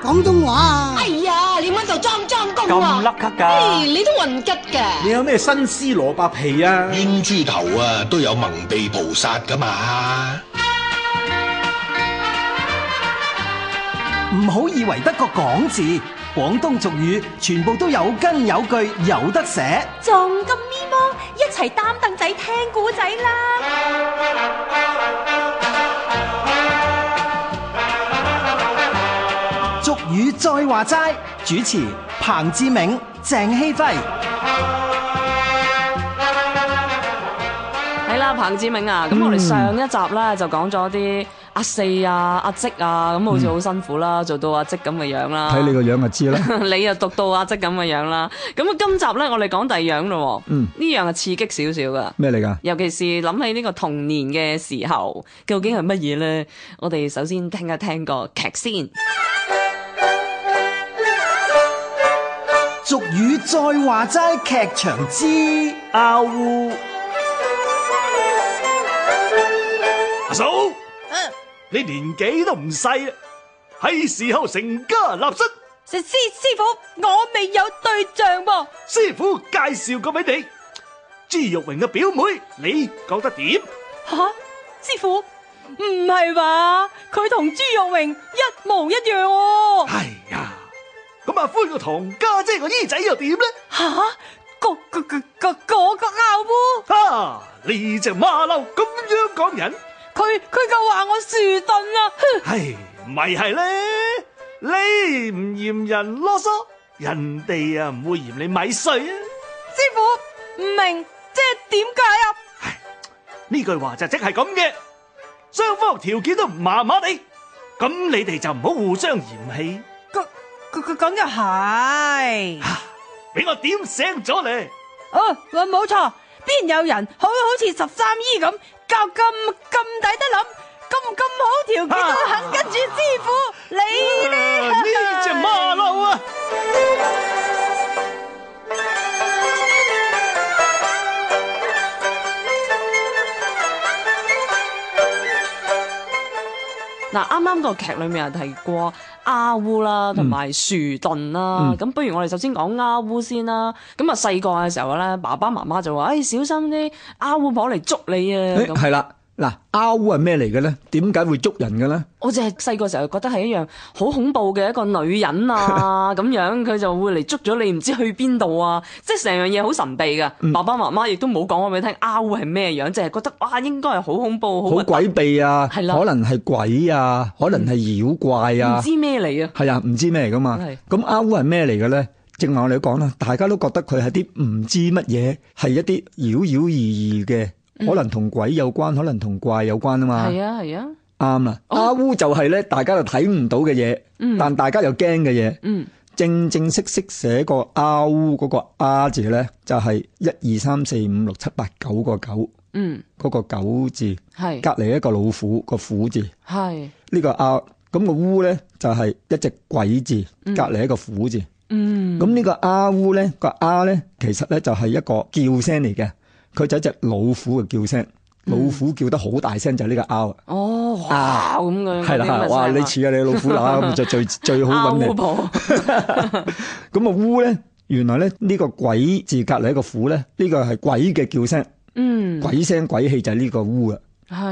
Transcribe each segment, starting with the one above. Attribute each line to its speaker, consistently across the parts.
Speaker 1: 廣東話啊！
Speaker 2: 哎呀，你搵度裝裝工啊！
Speaker 3: 咁甩咳
Speaker 2: 哎，
Speaker 3: 㗎？
Speaker 2: 你都混吉嘅。
Speaker 4: 你有咩新絲蘿蔔皮啊？
Speaker 5: 冤豬頭啊，都有蒙蔽菩薩噶嘛。
Speaker 6: 唔好以為得個講字，廣東俗語全部都有根有據，有得寫。
Speaker 7: 仲咁咪麼？一齊擔凳仔聽故仔啦！
Speaker 6: 俗語再話齋，主持彭志銘、鄭希輝。
Speaker 8: 係啦，彭志銘啊，
Speaker 9: 嗯
Speaker 8: 咁我哋上一集咧就講咗啲阿四啊、阿積啊，咁好似好辛苦啦，做到阿積咁嘅樣啦。
Speaker 9: 嗯睇你個樣就 知啦。
Speaker 8: 你又讀到阿積咁嘅樣啦。咁啊，今集咧我哋講第二樣咯喎。
Speaker 9: 嗯
Speaker 8: 呢樣係刺激少少噶。
Speaker 9: 咩嚟㗎？
Speaker 8: 尤其是諗起呢個童年嘅時候，究竟係乜嘢呢？我哋首先聽一聽個劇先。
Speaker 6: 俗語再話齋，劇場之
Speaker 3: 阿烏阿嫂，你年紀都唔細啦，係時候成家立室。
Speaker 7: 師師傅，我未有對象噃，
Speaker 3: 師傅介紹過俾你，朱玉榮嘅表妹，你覺得點？
Speaker 7: 吓、師傅唔係話佢同朱玉榮一模一樣喎、
Speaker 3: 哎呀，咁阿歡個堂家姐個姨仔又點咧？
Speaker 7: 吓、個個個個個個拗烏，
Speaker 3: 啊，你只馬騮咁樣講人，
Speaker 7: 佢佢就話我樹鈍啊！哼
Speaker 3: 唉，咪係咧？你唔嫌人囉嗦，人哋啊唔會嫌你米碎啊！
Speaker 7: 師傅唔明，即係點解啊？
Speaker 3: 呢句話就即係咁嘅，雙方條件都麻麻地，咁你哋就唔好互相嫌棄。
Speaker 7: 佢佢佢咁又係，
Speaker 3: 俾我點醒咗你！
Speaker 7: 哦，我冇錯，邊有人好好似十三姨咁教咁咁抵得諗，咁咁好條件都肯跟住師傅你 呢？
Speaker 3: 啊呢只馬騮啊！
Speaker 8: 嗱，啱啱個劇裏面又提過阿烏啦，同埋樹盾
Speaker 9: 嗯
Speaker 8: 啦。咁、不如我哋首先講阿烏先啦。咁啊，細個嘅時候咧，爸爸媽媽就話：，誒、小心啲，阿烏婆嚟捉你啊！
Speaker 9: 誒
Speaker 8: 咁、
Speaker 9: 係啦，嗱，拗係咩嚟嘅咧？點解會捉人嘅咧？
Speaker 8: 我就係細個時候覺得係一樣好恐怖嘅一個女人啊，咁樣佢就會嚟捉咗你，唔知去邊度啊！ 即係成樣嘢好神秘噶。
Speaker 9: 嗯
Speaker 8: 爸爸媽媽亦都冇講我俾你聽，阿烏係咩樣，就係覺得哇，應該係好恐怖，好
Speaker 9: 好
Speaker 8: 核突
Speaker 9: 詭秘啊，可
Speaker 8: 係啦
Speaker 9: 能係鬼啊，可能係妖怪
Speaker 8: 唔
Speaker 9: 啊，
Speaker 8: 知咩嚟啊！
Speaker 9: 係啊，唔知咩嚟噶嘛
Speaker 8: 係。
Speaker 9: 咁阿烏係咩嚟嘅咧？正話我哋講啦，大家都覺得佢係啲唔知乜嘢，係一啲妖妖異異嘅，可能同鬼有關，可能同怪有關啊嘛。
Speaker 8: 係啊係啊，
Speaker 9: 啱啦，阿烏就係咧，大家就睇唔到嘅嘢，但大家又驚嘅嘢。
Speaker 8: 嗯，
Speaker 9: 正正式式寫個阿烏嗰個阿字咧，就係一二三四五六七八九個九
Speaker 8: 嗯
Speaker 9: 嗰個九字，
Speaker 8: 係
Speaker 9: 隔離一個老虎個虎字，
Speaker 8: 係
Speaker 9: 呢個阿咁個烏咧就係一隻鬼字，隔離一個虎字。
Speaker 8: 嗯
Speaker 9: 咁呢個阿烏咧個阿咧，其實咧就係一個叫聲嚟嘅，佢就係一隻老虎嘅叫聲，
Speaker 8: 嗯
Speaker 9: 老虎叫得好大聲就係呢個阿。
Speaker 8: 哦哇嗯咁樣
Speaker 9: 啊係啦，哇！你似啊，你老虎乸咁就最最好
Speaker 8: 阿
Speaker 9: 揾你。
Speaker 8: 烏
Speaker 9: 咁啊
Speaker 8: 婆
Speaker 9: 啊烏咧，原來咧呢個鬼字隔離一個虎咧，呢個係鬼嘅叫聲，
Speaker 8: 嗯
Speaker 9: 鬼聲鬼氣就係呢個烏啊，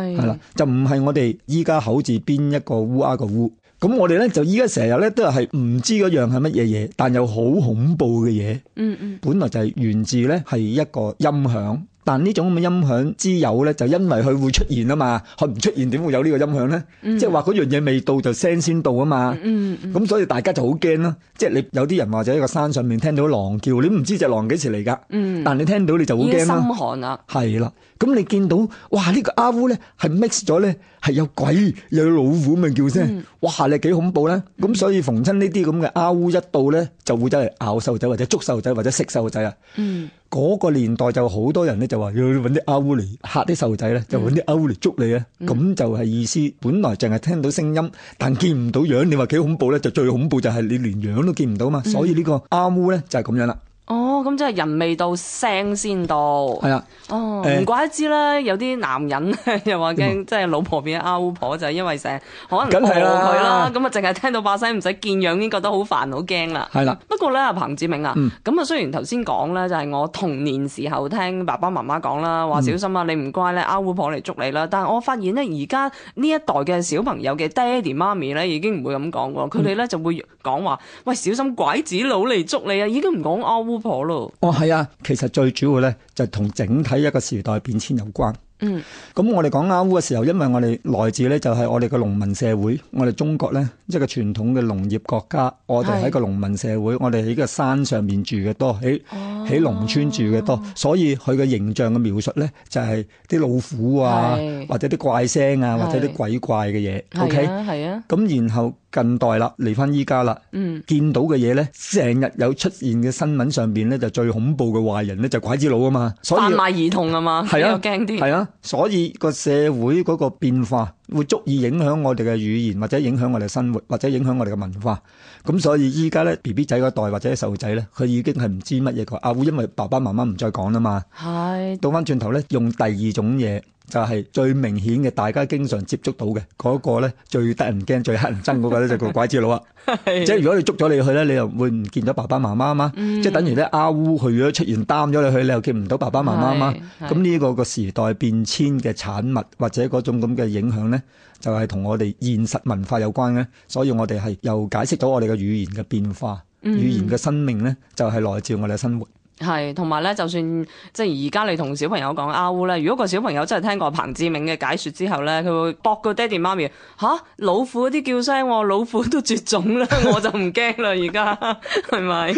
Speaker 8: 係
Speaker 9: 係啦，就唔係我哋依家口字邊一個烏鴉個烏。咁我哋咧就依家成日咧都係唔知嗰樣係乜嘢嘢，但又好恐怖嘅嘢。
Speaker 8: 嗯嗯
Speaker 9: 本來就係源自咧係一個音響，但呢種咁嘅音響之有咧，就因為佢會出現啊嘛，佢唔出現點會有呢個音響咧？即係話嗰樣嘢未到就聲先到啊嘛。
Speaker 8: 嗯嗯
Speaker 9: 咁所以大家就好驚啦，即係你有啲人或者喺個山上面聽到狼叫，你唔知只狼幾時嚟㗎，
Speaker 8: 嗯，
Speaker 9: 但你聽到你就好
Speaker 8: 已經
Speaker 9: 驚
Speaker 8: 心
Speaker 9: 啦。
Speaker 8: 寒啦，
Speaker 9: 係啦，咁你見到哇呢個阿烏咧係 mix 咗咧，係有鬼又有老虎咁嘅叫聲，哇你幾恐怖咧！咁所以逢親呢啲咁嘅阿烏一到咧，就會走嚟咬細路仔或者捉細路仔或者食細路仔啊。
Speaker 8: 嗯
Speaker 9: 嗰個年代就好多人咧就話要揾啲歐嚟嚇啲細路仔咧，就揾啲歐嚟捉你咧，咁、就係意思。本來淨係聽到聲音，但見唔到樣，你話幾恐怖咧？就最恐怖就係你連樣都見唔到嘛。所以呢個阿烏咧就係咁樣啦。
Speaker 8: 哦，咁即係人未到聲先到。
Speaker 9: 系啦，
Speaker 8: 哦，
Speaker 9: 啊誒嗯
Speaker 8: 唔怪得知咧，有啲男人咧 又話驚，即係老婆變咗阿烏婆，就係因為成日可能
Speaker 9: 梗係啦
Speaker 8: 餓佢啦，咁啊淨係聽到把聲唔使見樣已經覺得好煩好驚啦。
Speaker 9: 系啦。
Speaker 8: 不過咧，阿彭志明啊
Speaker 9: 嗯，
Speaker 8: 咁啊雖然頭先講咧，就係我童年時候聽爸爸媽媽講啦，話小心啊，你唔乖咧，阿烏婆嚟捉你啦。但係我發現咧，而家呢一代嘅小朋友嘅爹哋媽咪咧，已經唔會咁講
Speaker 9: 嗯
Speaker 8: 喎，佢哋咧就會講話，喂，小心拐子佬嚟捉你啊，已經唔講阿烏婆咯。
Speaker 9: 哦，係啊，其實最主要咧就同整體一個時代變遷有關。
Speaker 8: 嗯，
Speaker 9: 咁我哋講啱烏嘅時候，因為我哋來自咧就係我哋嘅農民社會，我哋中國咧一個傳統嘅農業國家，我哋喺個農民社會，我哋喺個山上面住嘅多，喺喺農村住嘅
Speaker 8: 哦
Speaker 9: 多，所以佢嘅形象嘅描述咧就係啲老虎啊
Speaker 8: 係，
Speaker 9: 或者啲怪聲啊，或者啲
Speaker 8: 係
Speaker 9: 鬼怪嘅嘢。
Speaker 8: 係
Speaker 9: OK，
Speaker 8: 啊，係啊，
Speaker 9: 咁然後近代啦，嚟翻依家啦。
Speaker 8: 嗯，
Speaker 9: 見到嘅嘢咧，成日有出現嘅新聞上邊咧，就最恐怖嘅壞人咧就拐子佬啊嘛，所以
Speaker 8: 販賣兒童啊嘛，比
Speaker 9: 係
Speaker 8: 較
Speaker 9: 啊，
Speaker 8: 驚啲。
Speaker 9: 係啊，所以個社會嗰個變化會足以影響我哋嘅語言，或者影響我哋嘅生活，或者影響我哋嘅文化。咁所以依家咧，B B 仔嗰代或者細路仔咧，佢已經係唔知乜嘢個阿烏，因為爸爸媽媽唔再講啦嘛。
Speaker 8: 係
Speaker 9: 倒翻轉頭咧，用第二種嘢就係、最明顯嘅，大家經常接觸到嘅嗰、個咧，最得人驚、最乞人憎嗰個咧就叫拐子佬啊！即係如果你捉咗你去咧，你又會唔見到爸爸媽媽啊嘛？
Speaker 8: 嗯
Speaker 9: 即係等於咧阿烏去咗出現擔咗你去，你又見唔到爸爸媽媽啊嘛？
Speaker 8: 係係
Speaker 9: 咁呢個個時代變遷嘅產物或者嗰種咁嘅影響咧，就係、同我哋現實文化有關嘅，所以我哋係又解釋到我哋嘅語言嘅變化。
Speaker 8: 嗯
Speaker 9: 語言嘅生命咧，就係、來自我哋嘅生活。
Speaker 8: 係，同埋咧，就算即係而家你同小朋友講阿烏咧，如果個小朋友真係聽過彭志銘嘅解説之後咧，佢會駁個爹哋媽咪吓，老虎嗰啲叫聲喎，老虎都絕種啦， 我就唔驚啦，而家 係咪？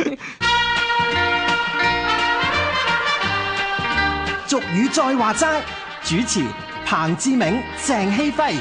Speaker 3: 俗語再話齋，主持彭志銘、鄭希輝。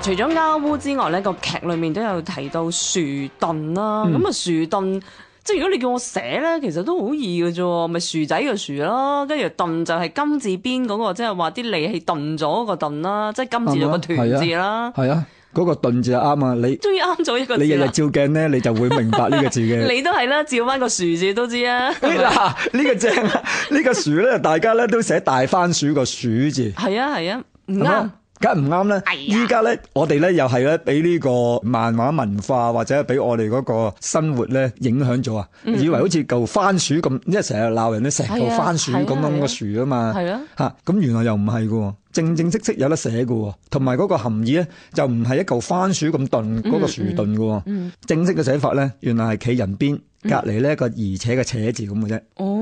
Speaker 8: 除咗阿烏之外咧，個劇裏面都有提到樹盾啦。咁啊、樹盾，即係如果你叫我寫咧，其實都好易嘅啫喎，咪樹仔嘅樹啦，跟住盾就係金字邊嗰、個，即係話啲利器盾咗個盾啦，即係金字有個
Speaker 9: 啱啊係
Speaker 8: 團
Speaker 9: 啊
Speaker 8: 字啦。
Speaker 9: 係啊，嗰、個頓字就啱啊！你
Speaker 8: 終於啱咗一個
Speaker 9: 你
Speaker 8: 字
Speaker 9: 日日
Speaker 8: 啦！
Speaker 9: 照鏡咧，你就會明白呢個字 嘅。哎
Speaker 8: 你都係啦，照翻個樹字都知 啊。
Speaker 9: 嗱，呢個正啊，呢個樹咧，大家咧都寫大番薯個薯字。
Speaker 8: 係啊係啊，唔
Speaker 9: 係咪
Speaker 8: 啱。
Speaker 9: 梗係唔啱啦！依家咧，我哋咧又係咧，俾呢個漫畫文化或者俾我哋嗰個生活咧影響咗啊！以為好似嚿番薯咁，因為成日鬧人咧，成嚿番薯咁
Speaker 8: 係啊
Speaker 9: 樣個樹啊嘛，
Speaker 8: 係啊
Speaker 9: 嚇咁原來又唔係嘅喎，正正式式有得寫嘅喎，同埋嗰個含義咧就唔係一嚿番薯咁鈍嗰個樹鈍嘅喎，正式嘅寫法咧原來係企人邊隔離咧個而且嘅且字咁嘅啫。
Speaker 8: 哦，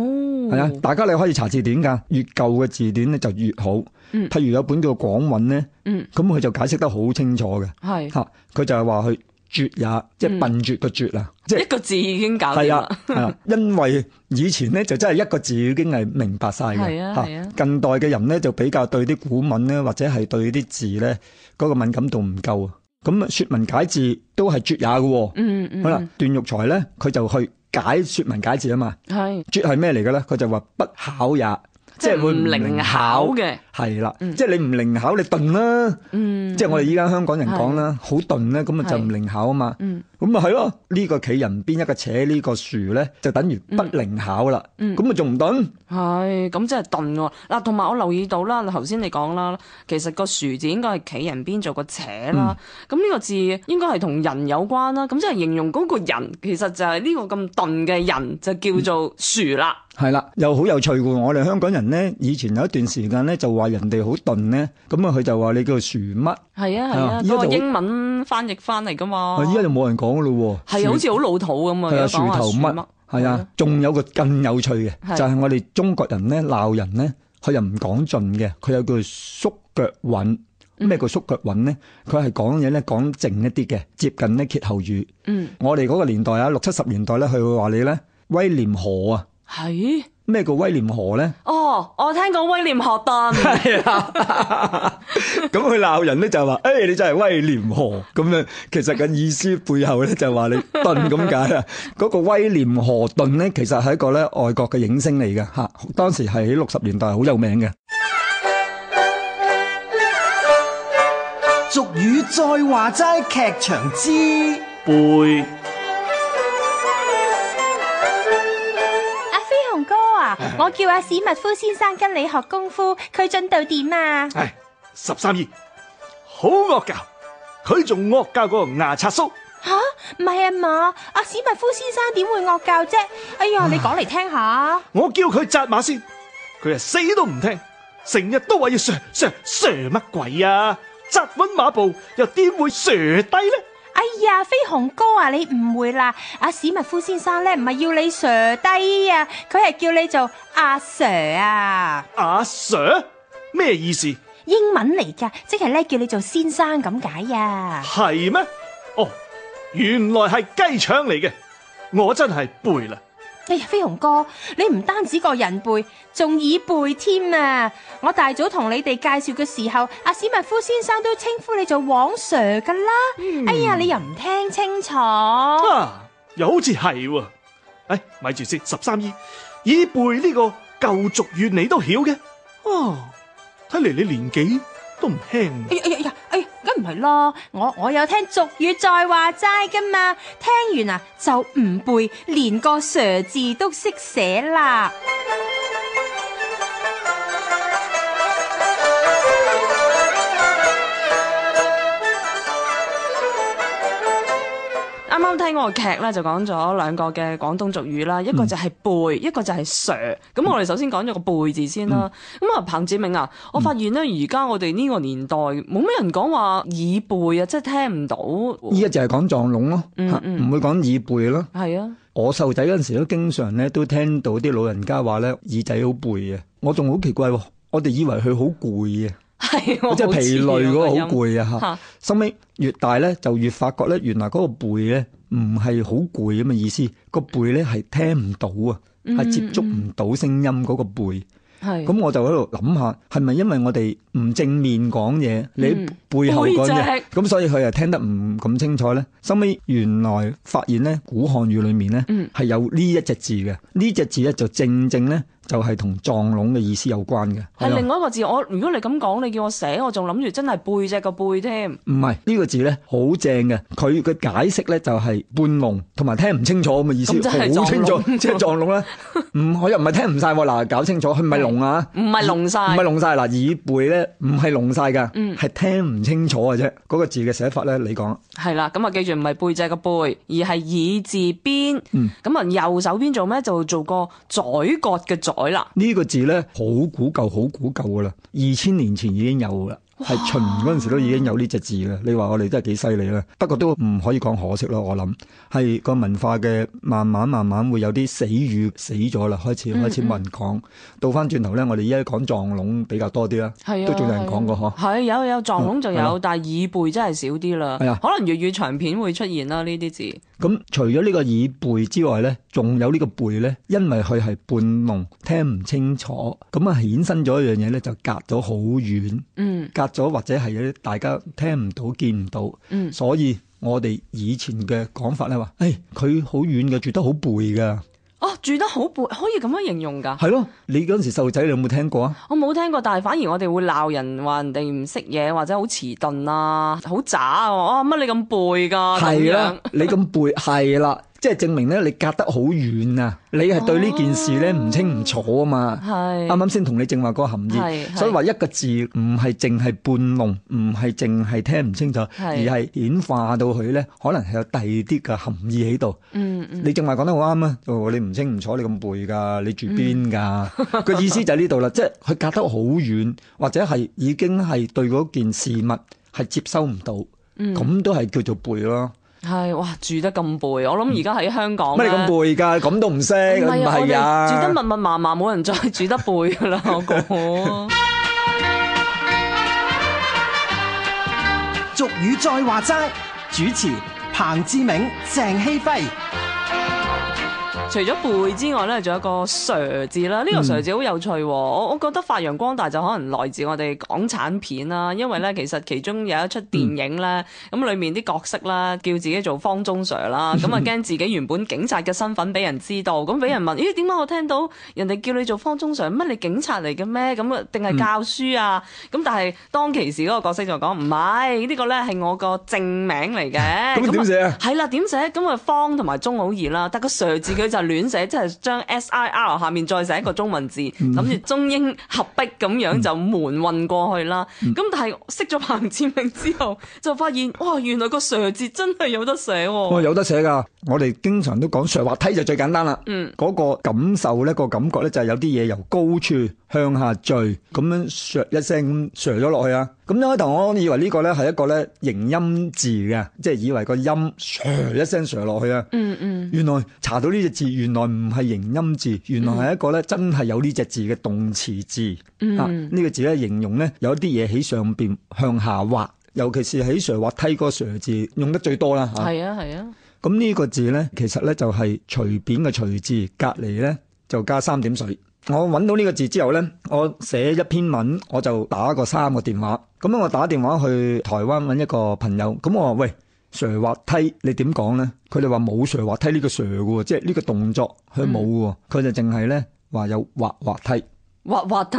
Speaker 9: 係啊，大家你可以查字典㗎，越舊嘅字典咧就越好。
Speaker 8: 嗯
Speaker 9: 譬如有本叫《廣韻》咧，
Speaker 8: 嗯
Speaker 9: 咁佢就解釋得好清楚嘅。
Speaker 8: 係
Speaker 9: 嚇，佢就係話佢絕也，即係笨拙個拙啊，
Speaker 8: 嗯
Speaker 9: 即
Speaker 8: 一
Speaker 9: 係
Speaker 8: 個字已經搞掂
Speaker 9: 係
Speaker 8: 啦
Speaker 9: 啊。，係啊，因為以前咧就真係一個字已經係明白晒嘅。
Speaker 8: 係啊
Speaker 9: 嚇
Speaker 8: 係啊
Speaker 9: 近代嘅人咧就比較對啲古文咧或者係對啲字咧嗰個敏感度唔夠啊。咁《説文解字》都係絕也嘅喎。
Speaker 8: 嗯嗯，
Speaker 9: 好啦，段玉裁咧佢就去解《説文解字》啊嘛。
Speaker 8: 係
Speaker 9: 絕係咩嚟嘅咧？佢就話不考也，
Speaker 8: 即係
Speaker 9: 會
Speaker 8: 唔靈巧。嘅。
Speaker 9: 係啦，即係你唔靈巧，你鈍啦。
Speaker 8: 嗯，
Speaker 9: 即係我哋依家香港人講啦，好鈍咧，咁啊就唔靈巧啊嘛。咁啊係咯，呢個企人邊一個扯呢個樹咧，就等於不靈巧啦。咁啊仲唔鈍？
Speaker 8: 係咁即係鈍喎。嗱，同埋我留意到啦，頭先你講啦，其實個樹字應該係企人邊做個扯啦。
Speaker 9: 嗯
Speaker 8: 咁呢、個字應該係同人有關啦。咁即係形容嗰個人，其實就係呢個咁鈍嘅人，就叫
Speaker 9: 嗯
Speaker 8: 做樹啦。
Speaker 9: 係啦，又好有趣嘅喎。我哋香港人咧，以前有一段時間咧，就話人哋好鈍咧，咁啊佢就話你叫樹乜？
Speaker 8: 係啊係
Speaker 9: 係
Speaker 8: 啊
Speaker 9: 啊，依家
Speaker 8: 嗰個
Speaker 9: 就好
Speaker 8: 英文翻譯翻嚟噶嘛。
Speaker 9: 啊依家就冇人講咯喎。
Speaker 8: 係啊，好
Speaker 9: 樹
Speaker 8: 似好老土咁啊！
Speaker 9: 係啊，
Speaker 8: 有
Speaker 9: 樹
Speaker 8: 講話
Speaker 9: 頭乜
Speaker 8: 乜？
Speaker 9: 係啊，仲有個更有趣
Speaker 8: 係
Speaker 9: 嘅，就係我哋中國人咧鬧人咧，佢又唔講盡嘅，佢有句縮腳韻。
Speaker 8: 嗯
Speaker 9: 咩叫縮腳韻咧？佢係講嘢咧講靜一啲嘅，接近咧歇後語。
Speaker 8: 嗯，
Speaker 9: 我哋嗰個年代啊，六七十年代咧，佢會話你咧威廉河啊。
Speaker 8: 係
Speaker 9: 咩叫威廉河咧？
Speaker 8: 哦，我聽過威廉學 頓
Speaker 9: 係啊，咁佢鬧人咧就話：，誒、你真係威廉河咁樣。其實嘅意思背後咧就話你頓咁解 啊。嗰、個威廉河頓咧，其實係一個咧外國嘅影星嚟嘅嚇，當時係喺六十年代好有名嘅。
Speaker 8: 嗯
Speaker 3: 俗語再話齋，劇場之
Speaker 10: 背
Speaker 7: 啊，我叫阿史密夫先生跟你學功夫，佢進度點啊？
Speaker 10: 唉，十三姨好惡教，佢仲惡教嗰個牙刷蘇。
Speaker 7: 吓，唔係啊嘛，阿史密夫先生點會惡教啫？哎呀，你講嚟聽下。
Speaker 10: 我叫佢扎馬先，佢啊死都唔聽，成日都話要上上上乜鬼啊！扎穩馬步又點會上低呢？
Speaker 7: 哎呀，飛鴻哥啊，你誤會啦！阿史密夫先生咧，唔係要你 Sir 低啊，佢係叫你做阿 Sir 啊，
Speaker 10: 阿 Sir 咩意思？
Speaker 7: 英文嚟噶，即係咧叫你做先生咁解啊！
Speaker 10: 係咩？哦，原來係雞腸嚟嘅，我真係背啦。
Speaker 7: 哎呀，飛鴻哥，你唔單止個人背，仲耳背添啊！我大早同你哋介紹嘅時候，阿史密夫先生都稱呼你做黃 Sir 噶啦。哎呀，你又唔聽清楚。
Speaker 10: 啊，又好似係喎。哎，咪住先，十三姨，以背呢個舊俗語你都曉嘅。哦，睇嚟你年紀都唔輕喎。
Speaker 7: 哎呀哎呀哎呀，哎呀，梗唔係咯，我我有聽俗語再話齋噶嘛，聽完啊就唔背，連個 Sir 字都識寫啦。
Speaker 8: 啱啱睇我嘅劇咧，就講咗兩個嘅廣東俗語
Speaker 9: 嗯
Speaker 8: 啦，一個就係背，一個就係 Sir。咁我哋首先講咗個背字先啦。
Speaker 9: 嗯
Speaker 8: 咁啊，彭志明啊，我發現咧，而家我哋呢個年代冇咩人講話耳背啊，即係聽唔到。
Speaker 9: 依一就係講撞聾咯，
Speaker 8: 嗯
Speaker 9: 嚇
Speaker 8: 嗯
Speaker 9: 唔會講耳背咯。
Speaker 8: 係 啊，
Speaker 9: 我細路仔嗰陣時都經常咧都聽到啲老人家話咧耳仔好背嘅，我仲好奇怪喎，我哋以為佢好 攰嘅，
Speaker 8: 係啊
Speaker 9: 即係疲累嗰個好。
Speaker 8: 我
Speaker 9: 攰啊
Speaker 8: 好似
Speaker 9: 嚇。
Speaker 8: 啊
Speaker 9: 收尾越大咧就越發覺咧，原來嗰個背咧唔係好攰咁啊嘅意思，個背咧係聽唔到啊，
Speaker 8: 嗯
Speaker 9: 係接觸唔到聲音嗰個背。
Speaker 8: 嚇係。
Speaker 9: 咁我就喺度諗下，係咪因為我哋唔正面講嘢，你喺
Speaker 8: 嗯
Speaker 9: 背後講
Speaker 8: 背
Speaker 9: 嘢，
Speaker 8: 脊
Speaker 9: 咁所以佢又聽得唔咁清楚咧？收尾原來發現咧，古漢語裏面咧
Speaker 8: 嗯
Speaker 9: 係有呢一隻字嘅，呢隻字咧就正正咧就係同撞聾嘅意思有關嘅，
Speaker 8: 係
Speaker 9: 係
Speaker 8: 另外
Speaker 9: 啊，
Speaker 8: 一個字，我如果你咁講，你叫我寫，我仲諗住真係背脊個背添。
Speaker 9: 唔係呢個字咧好正嘅，佢嘅解釋咧就係半聾同埋聽唔清楚咁嘅意
Speaker 8: 咁
Speaker 9: 思，
Speaker 8: 真係撞
Speaker 9: 好清楚，
Speaker 8: 聾
Speaker 9: 即係撞聾啦。唔，我又唔係聽唔晒喎，嗱，搞清楚，佢唔係聾啊。
Speaker 8: 唔係聾晒
Speaker 9: 唔係。聾晒嗱，耳背咧唔係聾晒噶，
Speaker 8: 嗯
Speaker 9: 係聽唔清楚嘅啫。嗰、個字嘅寫法咧，你講
Speaker 8: 係啦，咁啊記住唔係背脊個背，而係耳字邊。
Speaker 9: 嗯
Speaker 8: 咁啊、右手邊做咩？就做個宰割嘅宰啦。
Speaker 9: 呢個字咧好古舊，好古舊噶啦，二千年前已經有㗎啦，係秦嗰陣時都已經有呢隻字啦。你話我哋真係幾犀利啦，不過都唔可以講可惜咯。我諗係個文化嘅慢慢慢慢會有啲死語死咗啦，開
Speaker 8: 嗯
Speaker 9: 始開始冇人講。倒翻轉頭咧，我哋依家講撞聾比較多啲啦，
Speaker 8: 係啊，
Speaker 9: 都仲有人講過嗬。
Speaker 8: 係有有撞聾仲
Speaker 9: 哦嗯係
Speaker 8: 有，
Speaker 9: 咯
Speaker 8: 但係耳背真係少啲啦。
Speaker 9: 係啊
Speaker 8: 可能粵語長片會出現啦呢啲字。
Speaker 9: 咁除咗呢個耳背之外咧，仲有呢個背咧，因為佢係半聾，聽唔清楚，咁啊衍生咗一樣嘢咧，就隔咗好遠，
Speaker 8: 嗯
Speaker 9: 隔咗或者係有啲大家聽唔到、見唔到，
Speaker 8: 嗯
Speaker 9: 所以我哋以前嘅講法咧話，誒佢好遠嘅，住得好背㗎，
Speaker 8: 哦，住得好背，可以咁樣形容㗎。
Speaker 9: 係咯，你嗰陣時細路仔你有冇聽過啊？
Speaker 8: 我冇聽過，但係反而我哋會鬧人話人哋唔識嘢，或者好遲鈍啊，好渣啊！哇，乜你咁背㗎？啊咁
Speaker 9: 係
Speaker 8: 樣
Speaker 9: 啦，你咁背係啦，即係證明咧你隔得好遠啊，你係對呢件事咧唔清唔楚啊嘛。
Speaker 8: 哦係
Speaker 9: 啱啱先同你正話嗰個含
Speaker 8: 係係
Speaker 9: 義，所以話一個字唔係淨係半聾，唔係淨係聽唔清楚，而係演化到佢咧，可能係有第二啲嘅含義喺度。
Speaker 8: 嗯嗯
Speaker 9: 你正話講得好啱啊！哦，你唔清唔楚，你咁背㗎，你住邊
Speaker 8: 嗯
Speaker 9: 㗎？個、意思就係呢度啦，即係佢隔得好遠，或者係已經係對嗰件事物係接收唔到，咁、
Speaker 8: 嗯
Speaker 9: 都係叫做背咯。
Speaker 8: 係哇，住得咁背，我諗而家喺香港
Speaker 9: 乜你
Speaker 8: 咧
Speaker 9: 咁背㗎？咁都唔識，
Speaker 8: 唔
Speaker 9: 唔
Speaker 8: 係
Speaker 9: 係
Speaker 8: 啊，
Speaker 9: 啊？
Speaker 8: 我哋煮得密密麻麻，冇人再 煮得背噶啦，我估。
Speaker 3: 俗語再話齋，主持彭志銘、鄭希輝。
Speaker 8: 除咗背之外咧，仲有一個 Sir 字啦。
Speaker 9: 嗯
Speaker 8: 呢、個 Sir 字好有趣喎，我我覺得發揚光大就可能來自我哋港產片啦，因為
Speaker 9: 嗯
Speaker 8: 咧其實其中有一出電影咧，咁裡面啲角色啦，叫自己做方中 Sir 啦，咁啊驚自己原本警察嘅身份俾人知道，咁俾人
Speaker 9: 嗯
Speaker 8: 問：咦點解我聽到人哋叫你做方中 Sir，乜你警察嚟嘅咩？咁啊
Speaker 9: 嗯
Speaker 8: 定係教書啊？咁但係當其時嗰個角色就講唔係，呢個咧係我個正名嚟嘅。
Speaker 9: 咁點寫啊
Speaker 8: 係啦，點寫？咁啊方同埋中好易啦，但個 Sir 字佢就就亂寫，即係將 S I R 下面再寫一個中文字，
Speaker 9: 嗯
Speaker 8: 諗住中英合璧咁樣就瞞混過去啦。
Speaker 9: 嗯
Speaker 8: 咁但係識咗彭志明之後， 就發現哇，原來個 Sir 字真係有得寫
Speaker 9: 哦，
Speaker 8: 喎。
Speaker 9: 有得寫噶，我哋經常都講上滑梯就最簡單啦。
Speaker 8: 嗯，
Speaker 9: 嗰個感受咧，個感覺咧就係有啲嘢由高處向下墜，咁樣削一聲咁削咗落去啊！咁一開頭我以為呢個咧係一個咧形音字嘅，即係以為個音削一聲削落去啊。
Speaker 8: 嗯嗯，
Speaker 9: 原來查到呢隻字，原來唔係形音字，原來係一個咧真係有呢隻字嘅動詞字。
Speaker 8: 嗯
Speaker 9: 啊，呢、個字咧形容咧有一啲嘢喺上邊向下滑，尤其是喺上滑梯嗰個上字用得最多啦嚇。
Speaker 8: 係啊係啊，
Speaker 9: 咁呢個字咧，其實咧就係隨便嘅隨字，隔離咧就加三點水。我揾到呢個字之後咧，我寫一篇文，我就打過三個電話。咁我打電話去台灣揾一個朋友，咁我話喂。上滑梯你點講咧？佢哋話冇上滑梯呢個上嘅喎，即係呢個動作佢冇嘅喎，佢就淨係咧話有滑滑梯。
Speaker 8: 滑滑梯。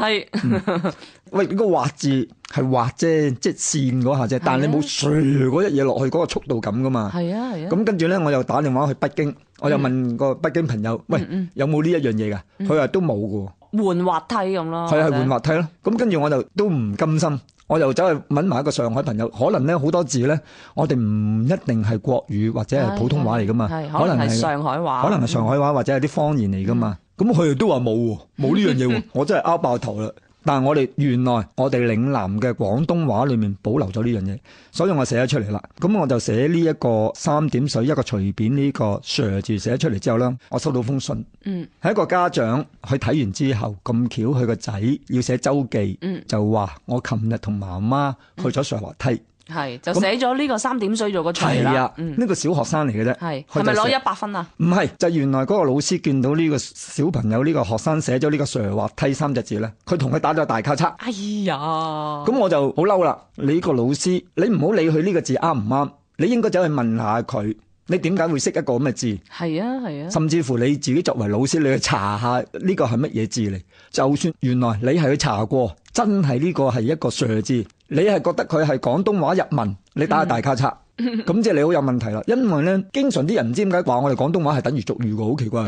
Speaker 9: 喂，呢個滑字係滑啫，即係線嗰下啫，但係你冇上嗰一嘢落去嗰個速度感噶嘛。
Speaker 8: 係啊係啊，
Speaker 9: 咁跟住咧，我又打電話去北京，我又問個北京朋友，喂，有冇呢一樣嘢㗎？佢話都冇嘅喎，
Speaker 8: 換滑梯咁咯。
Speaker 9: 係啊，
Speaker 8: 或
Speaker 9: 係
Speaker 8: 者
Speaker 9: 換滑梯咯。咁跟住我就都唔甘心，我又走去揾埋一個上海朋友，可能咧好多字咧，我哋唔一定係國語或者係普通話嚟噶嘛，
Speaker 8: 係可能係上海話，嗯
Speaker 9: 可能係上海話或者係啲方言嚟噶嘛。咁佢哋都話冇喎，冇呢樣嘢 喎，我真係拗爆頭啦！但係我哋原來我哋嶺南嘅廣東話裏面保留咗呢樣嘢，所以我寫咗出嚟啦。咁我就寫呢一個三點水一個隨便呢個 Sir 字寫咗出嚟之後咧，我收到封信，
Speaker 8: 嗯，
Speaker 9: 係一個家長佢睇完之後咁巧，佢個仔要寫周記，
Speaker 8: 嗯
Speaker 9: 就話我琴日同媽媽去咗上滑梯，
Speaker 8: 係就寫咗呢個三點水做個除
Speaker 9: 係
Speaker 8: 嗯啦
Speaker 9: 啊，，
Speaker 8: 嗯，
Speaker 9: 呢個小學生嚟嘅啫，
Speaker 8: 係
Speaker 9: 佢
Speaker 8: 係咪
Speaker 9: 就寫
Speaker 8: 攞一百分啊？
Speaker 9: 唔係，就係原來嗰個老師見到呢個小朋友呢個學生寫咗呢個上滑梯三隻字咧，佢同佢打咗大交叉。
Speaker 8: 哎呀，咁
Speaker 9: 咁我就好嬲啦！你個老師，你唔好理佢呢個字啱唔啱，你應該走去問下佢，你點解會識一個咁嘅字？
Speaker 8: 係啊係啊，
Speaker 9: 甚至乎你自己作為老師，你去查下呢個係乜嘢字嚟。就算原來你係去查過，真係呢個係一個上字，你係覺得佢係廣東話日文，你打下大 交叉，咁即係你好有問題啦。因為咧，經常啲人唔知點解話我哋廣東話係等於俗語嘅，好 奇怪。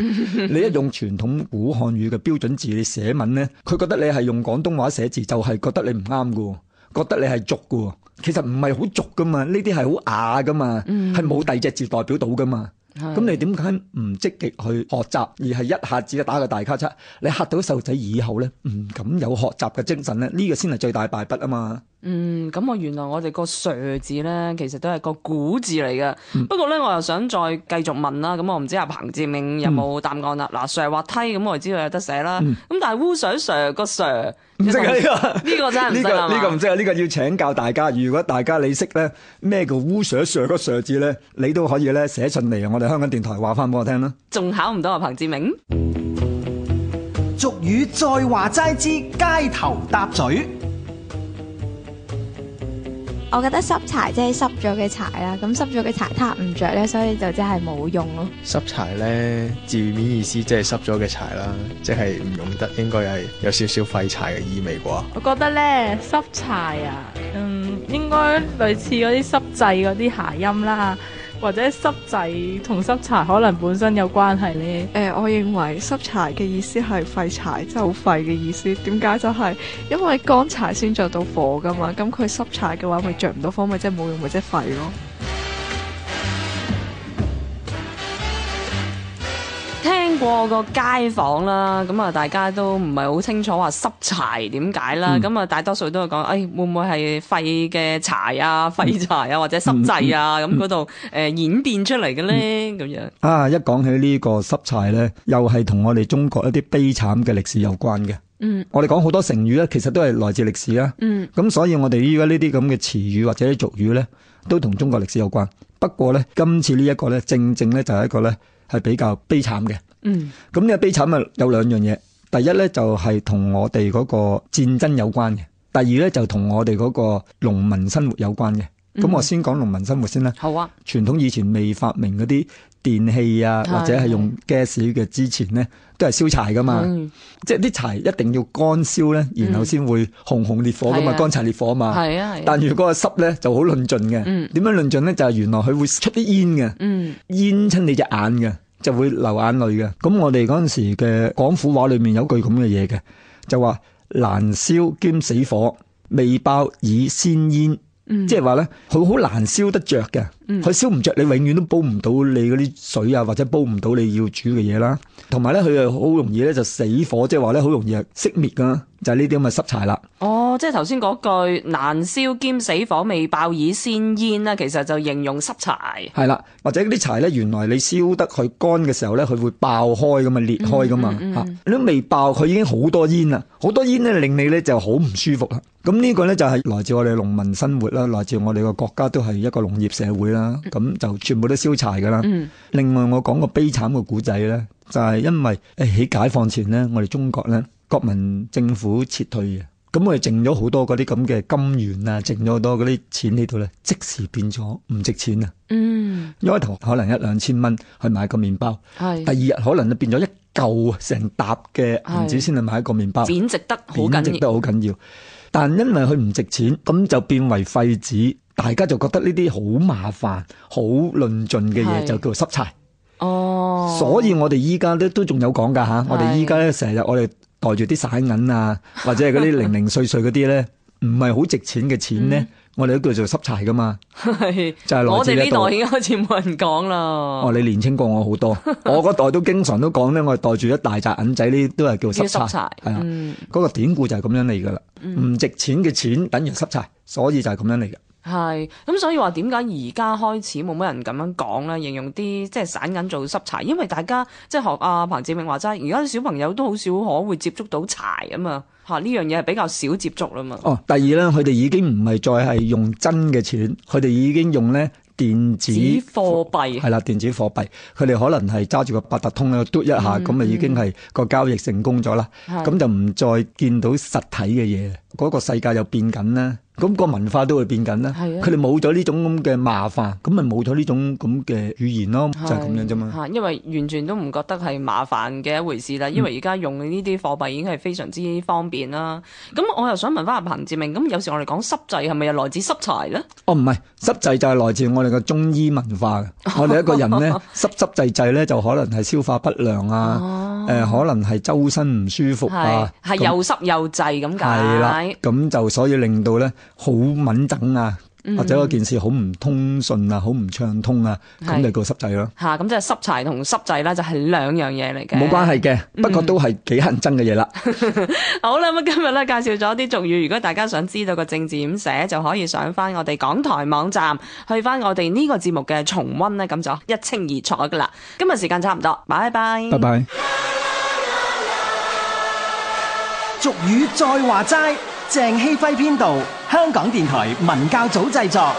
Speaker 9: 你一用傳統古漢語嘅標準字，你寫文咧，佢覺得你係用廣東話寫字，就係、覺得你唔啱嘅喎。覺得你係俗嘅喎，其實唔係好俗噶嘛，呢啲係好雅噶嘛，
Speaker 8: 嗯
Speaker 9: 係冇第二隻字代表到噶嘛。咁你點解唔積極去學習，而係一下子打個大卡叉？你嚇到細路仔以後咧，唔敢有學習嘅精神咧，呢、個先係最大敗筆啊嘛！
Speaker 8: 嗯，咁我原來我哋個 Sir 字咧，其實都係個古字嚟嘅。
Speaker 9: 嗯
Speaker 8: 不過咧，我又想再繼續問啦。咁我唔知阿彭志明有冇
Speaker 9: 嗯
Speaker 8: 答案啦。嗱、Sir 滑梯咁，我哋知道有得寫啦。咁、但係烏水 Sir 個 Sir
Speaker 9: 唔識啊呢個
Speaker 8: 呢個真係唔
Speaker 9: 呢
Speaker 8: 識
Speaker 9: 個
Speaker 8: 啊
Speaker 9: 呢個唔
Speaker 8: 嘛
Speaker 9: 識啊，呢、個要請教大家。如果大家你識咧咩叫烏上上個上字咧，你都可以咧寫信嚟啊我哋香港電台話翻俾我聽啦。
Speaker 8: 仲考唔到阿彭志明。
Speaker 3: 俗語再話齋之街頭搭嘴，
Speaker 11: 我覺得濕柴即係濕咗嘅柴啦，咁濕咗嘅柴撻唔着咧，所以就真係冇用咯。
Speaker 12: 濕柴咧，字面意思即係濕咗嘅柴啦，即係唔用得，應該係有少少廢柴嘅意味啩。
Speaker 13: 我覺得咧濕柴啊，嗯，應該類似嗰啲濕滯嗰啲諧音啦，或者濕滯同濕柴可能本身有關係咧。
Speaker 2: 誒、我認為濕柴嘅意思係廢柴，即係好廢嘅意思。點解就係、因為乾柴先着到火噶嘛，咁佢濕柴嘅話，咪着唔到火，咪即係冇用，咪即係廢咯。
Speaker 8: 聽過個街坊啦，咁啊大家都唔係好清楚話濕柴點解啦，
Speaker 9: 嗯
Speaker 8: 咁啊、大多數都係講，誒、會唔會係廢嘅柴啊、廢柴啊或者濕滯啊
Speaker 9: 嗯
Speaker 8: 咁嗰度誒演變出嚟嘅咧咁樣。
Speaker 9: 啊，一講起呢個濕柴咧，又係同我哋中國一啲悲慘嘅歷史有關嘅。
Speaker 8: 嗯
Speaker 9: 我哋講好多成語咧，其實都係來自歷史啦。
Speaker 8: 嗯
Speaker 9: 咁所以我哋依家呢啲咁嘅詞語或者啲俗語咧，都同中國歷史有關。不過咧，今次呢一個咧，正正咧就係一個咧係比較悲慘嘅。
Speaker 8: 嗯
Speaker 9: 咁呢個悲慘啊有兩樣嘢，第一咧就係同我哋嗰個戰爭有關嘅，第二咧就同我哋嗰個農民生活有關嘅。咁我先講農民生活先啦。
Speaker 8: 好啊，
Speaker 9: 傳統以前未發明嗰啲電器啊，
Speaker 8: 係
Speaker 9: 或者係用 gas 嘅之前咧，都係燒柴噶嘛。
Speaker 8: 嗯
Speaker 9: 即係啲柴一定要乾燒咧，然後先會紅紅烈火噶嘛，
Speaker 8: 係啊
Speaker 9: 乾柴烈火啊嘛。
Speaker 8: 係啊係啊，
Speaker 9: 但如果係濕咧，就好論盡嘅。
Speaker 8: 嗯
Speaker 9: 點樣論盡咧？就係原來佢會出啲煙嘅，
Speaker 8: 嗯
Speaker 9: 煙親你隻眼嘅。就會流眼淚嘅。咁我哋嗰陣時嘅廣府話裏面有句咁嘅嘢嘅，就話難燒兼死火，未爆已先煙。
Speaker 14: 嗯
Speaker 9: 即係話咧，佢好難燒得着嘅，
Speaker 14: 嗯
Speaker 9: 佢燒唔着，你永遠都煲唔到你嗰啲水啊，或者煲唔到你要煮嘅嘢啦。同埋咧，佢又好容易咧就死火，即係話咧好容易係熄滅噶，就係呢啲咁嘅濕柴啦。
Speaker 8: 哦，即係頭先嗰句難燒兼死火未爆已先煙啊啦，其實就形容濕柴。
Speaker 9: 係啦，或者啲柴咧，原來你燒得佢乾嘅時候咧，佢會爆開噶嘛，裂開噶嘛嚇。
Speaker 8: 嗯嗯嗯
Speaker 9: 你都未爆，佢已經好多煙啦，好多煙咧令你咧就好唔舒服啦。咁呢個咧就係來自我哋農民生活啦，來自我哋個國家都係一個農業社會啦，
Speaker 8: 嗯
Speaker 9: 咁就全部都燒柴噶啦。
Speaker 14: 嗯
Speaker 9: 另外我講個悲慘嘅古仔咧，就係、因為誒喺解放前咧，我哋中國咧國民政府撤退嘅。咁我哋剩咗好多嗰啲咁嘅金元啊，剩咗好多嗰啲錢喺度咧，即時變咗唔值錢啊！
Speaker 8: 嗯，
Speaker 9: 一開頭可能一兩千蚊去買個麵包，
Speaker 8: 係
Speaker 9: 第二日可能就變咗一嚿成沓嘅銀紙
Speaker 8: 係
Speaker 9: 先去買一個麵包，
Speaker 8: 貶值得好緊要
Speaker 9: 貶值啊得好緊要。但因為佢唔值錢，咁就變為廢紙，大家就覺得呢啲好麻煩、好論盡嘅嘢
Speaker 8: 係
Speaker 9: 就叫做濕柴。
Speaker 8: 哦，
Speaker 9: 所以我哋依家咧都仲有講㗎吓，我哋依家咧成日我哋袋住啲散銀啊，或者係嗰啲零零碎碎嗰啲咧，唔係好值錢嘅錢
Speaker 8: 嗯
Speaker 9: 咧，我哋都叫做濕柴㗎嘛。
Speaker 8: 係
Speaker 9: 就係來
Speaker 8: 我
Speaker 9: 自
Speaker 8: 哋
Speaker 9: 呢
Speaker 8: 呢
Speaker 9: 度
Speaker 8: 代已經開始冇人講啦
Speaker 9: 哦，。你年青過我 好多，我嗰代都經常都講咧，我係袋住一大扎銀仔，呢啲都係叫濕
Speaker 8: 叫
Speaker 9: 柴，
Speaker 8: 濕柴
Speaker 9: 係啊，
Speaker 8: 嗯
Speaker 9: 嗰個典故就係咁樣嚟噶啦，
Speaker 8: 嗯
Speaker 9: 唔值錢嘅錢等於濕柴，所以就係咁樣嚟嘅。
Speaker 8: 係，咁所以話點解而家開始冇乜人咁樣講啦，形容啲即係散銀做濕柴，因為大家即係學阿彭志明話齋，而家啲小朋友都好少可會接觸到柴啊嘛，嚇呢樣嘢係比較少接觸啦嘛。
Speaker 9: 哦，第二咧，佢哋已經唔係再係用真嘅錢，佢哋已經用咧電子
Speaker 8: 紙貨幣
Speaker 9: 係啦，電子貨幣，佢哋可能係揸住個八達通咧嘟一下，
Speaker 8: 嗯
Speaker 9: 咁啊已經係個交易成功咗啦，
Speaker 8: 係
Speaker 9: 咁就唔再見到實體嘅嘢，嗰、個世界又變緊啦。咁個文化都會變緊啦，
Speaker 8: 係啊
Speaker 9: 佢哋冇咗呢種咁嘅麻煩，咁咪冇咗呢種咁嘅語言咯，就係咁樣啫嘛。
Speaker 8: 嚇，因為完全都唔覺得係麻煩嘅一回事啦，因為而家用呢啲貨幣已經係非常之方便啦。咁我又想問翻阿彭志明，咁有時我哋講濕滯係咪又來自濕柴咧？
Speaker 9: 哦，唔係濕滯就係來自我哋嘅中醫文化 嘅。我哋一個人咧濕濕滯滯咧，就可能係消化不良啊，誒、可能係周身唔舒服
Speaker 8: 係
Speaker 9: 啊，
Speaker 8: 係
Speaker 9: 咁
Speaker 8: 又濕又滯咁
Speaker 9: 係啦
Speaker 8: 解。，
Speaker 9: 咁就所以令到咧好敏感啊，
Speaker 8: 嗯
Speaker 9: 或者嗰件事好唔通順啊，好唔暢通啊，咁
Speaker 8: 係
Speaker 9: 就叫濕滯咯。
Speaker 8: 嚇，咁即係濕柴同濕滯啦，就係兩樣嘢嚟嘅。
Speaker 9: 冇關係嘅，不過都係幾乞人憎嘅嘢啦。
Speaker 8: 好啦，咁今日咧介紹咗啲俗語，如果大家想知道個政治點寫，就可以上翻我哋港台網站，去翻我哋呢個節目嘅重温咧，咁就一清二楚噶啦。今日時間差唔多，拜拜。
Speaker 9: 拜拜。
Speaker 3: 俗語再話齋，鄭希輝編導，香港電台文教組製作。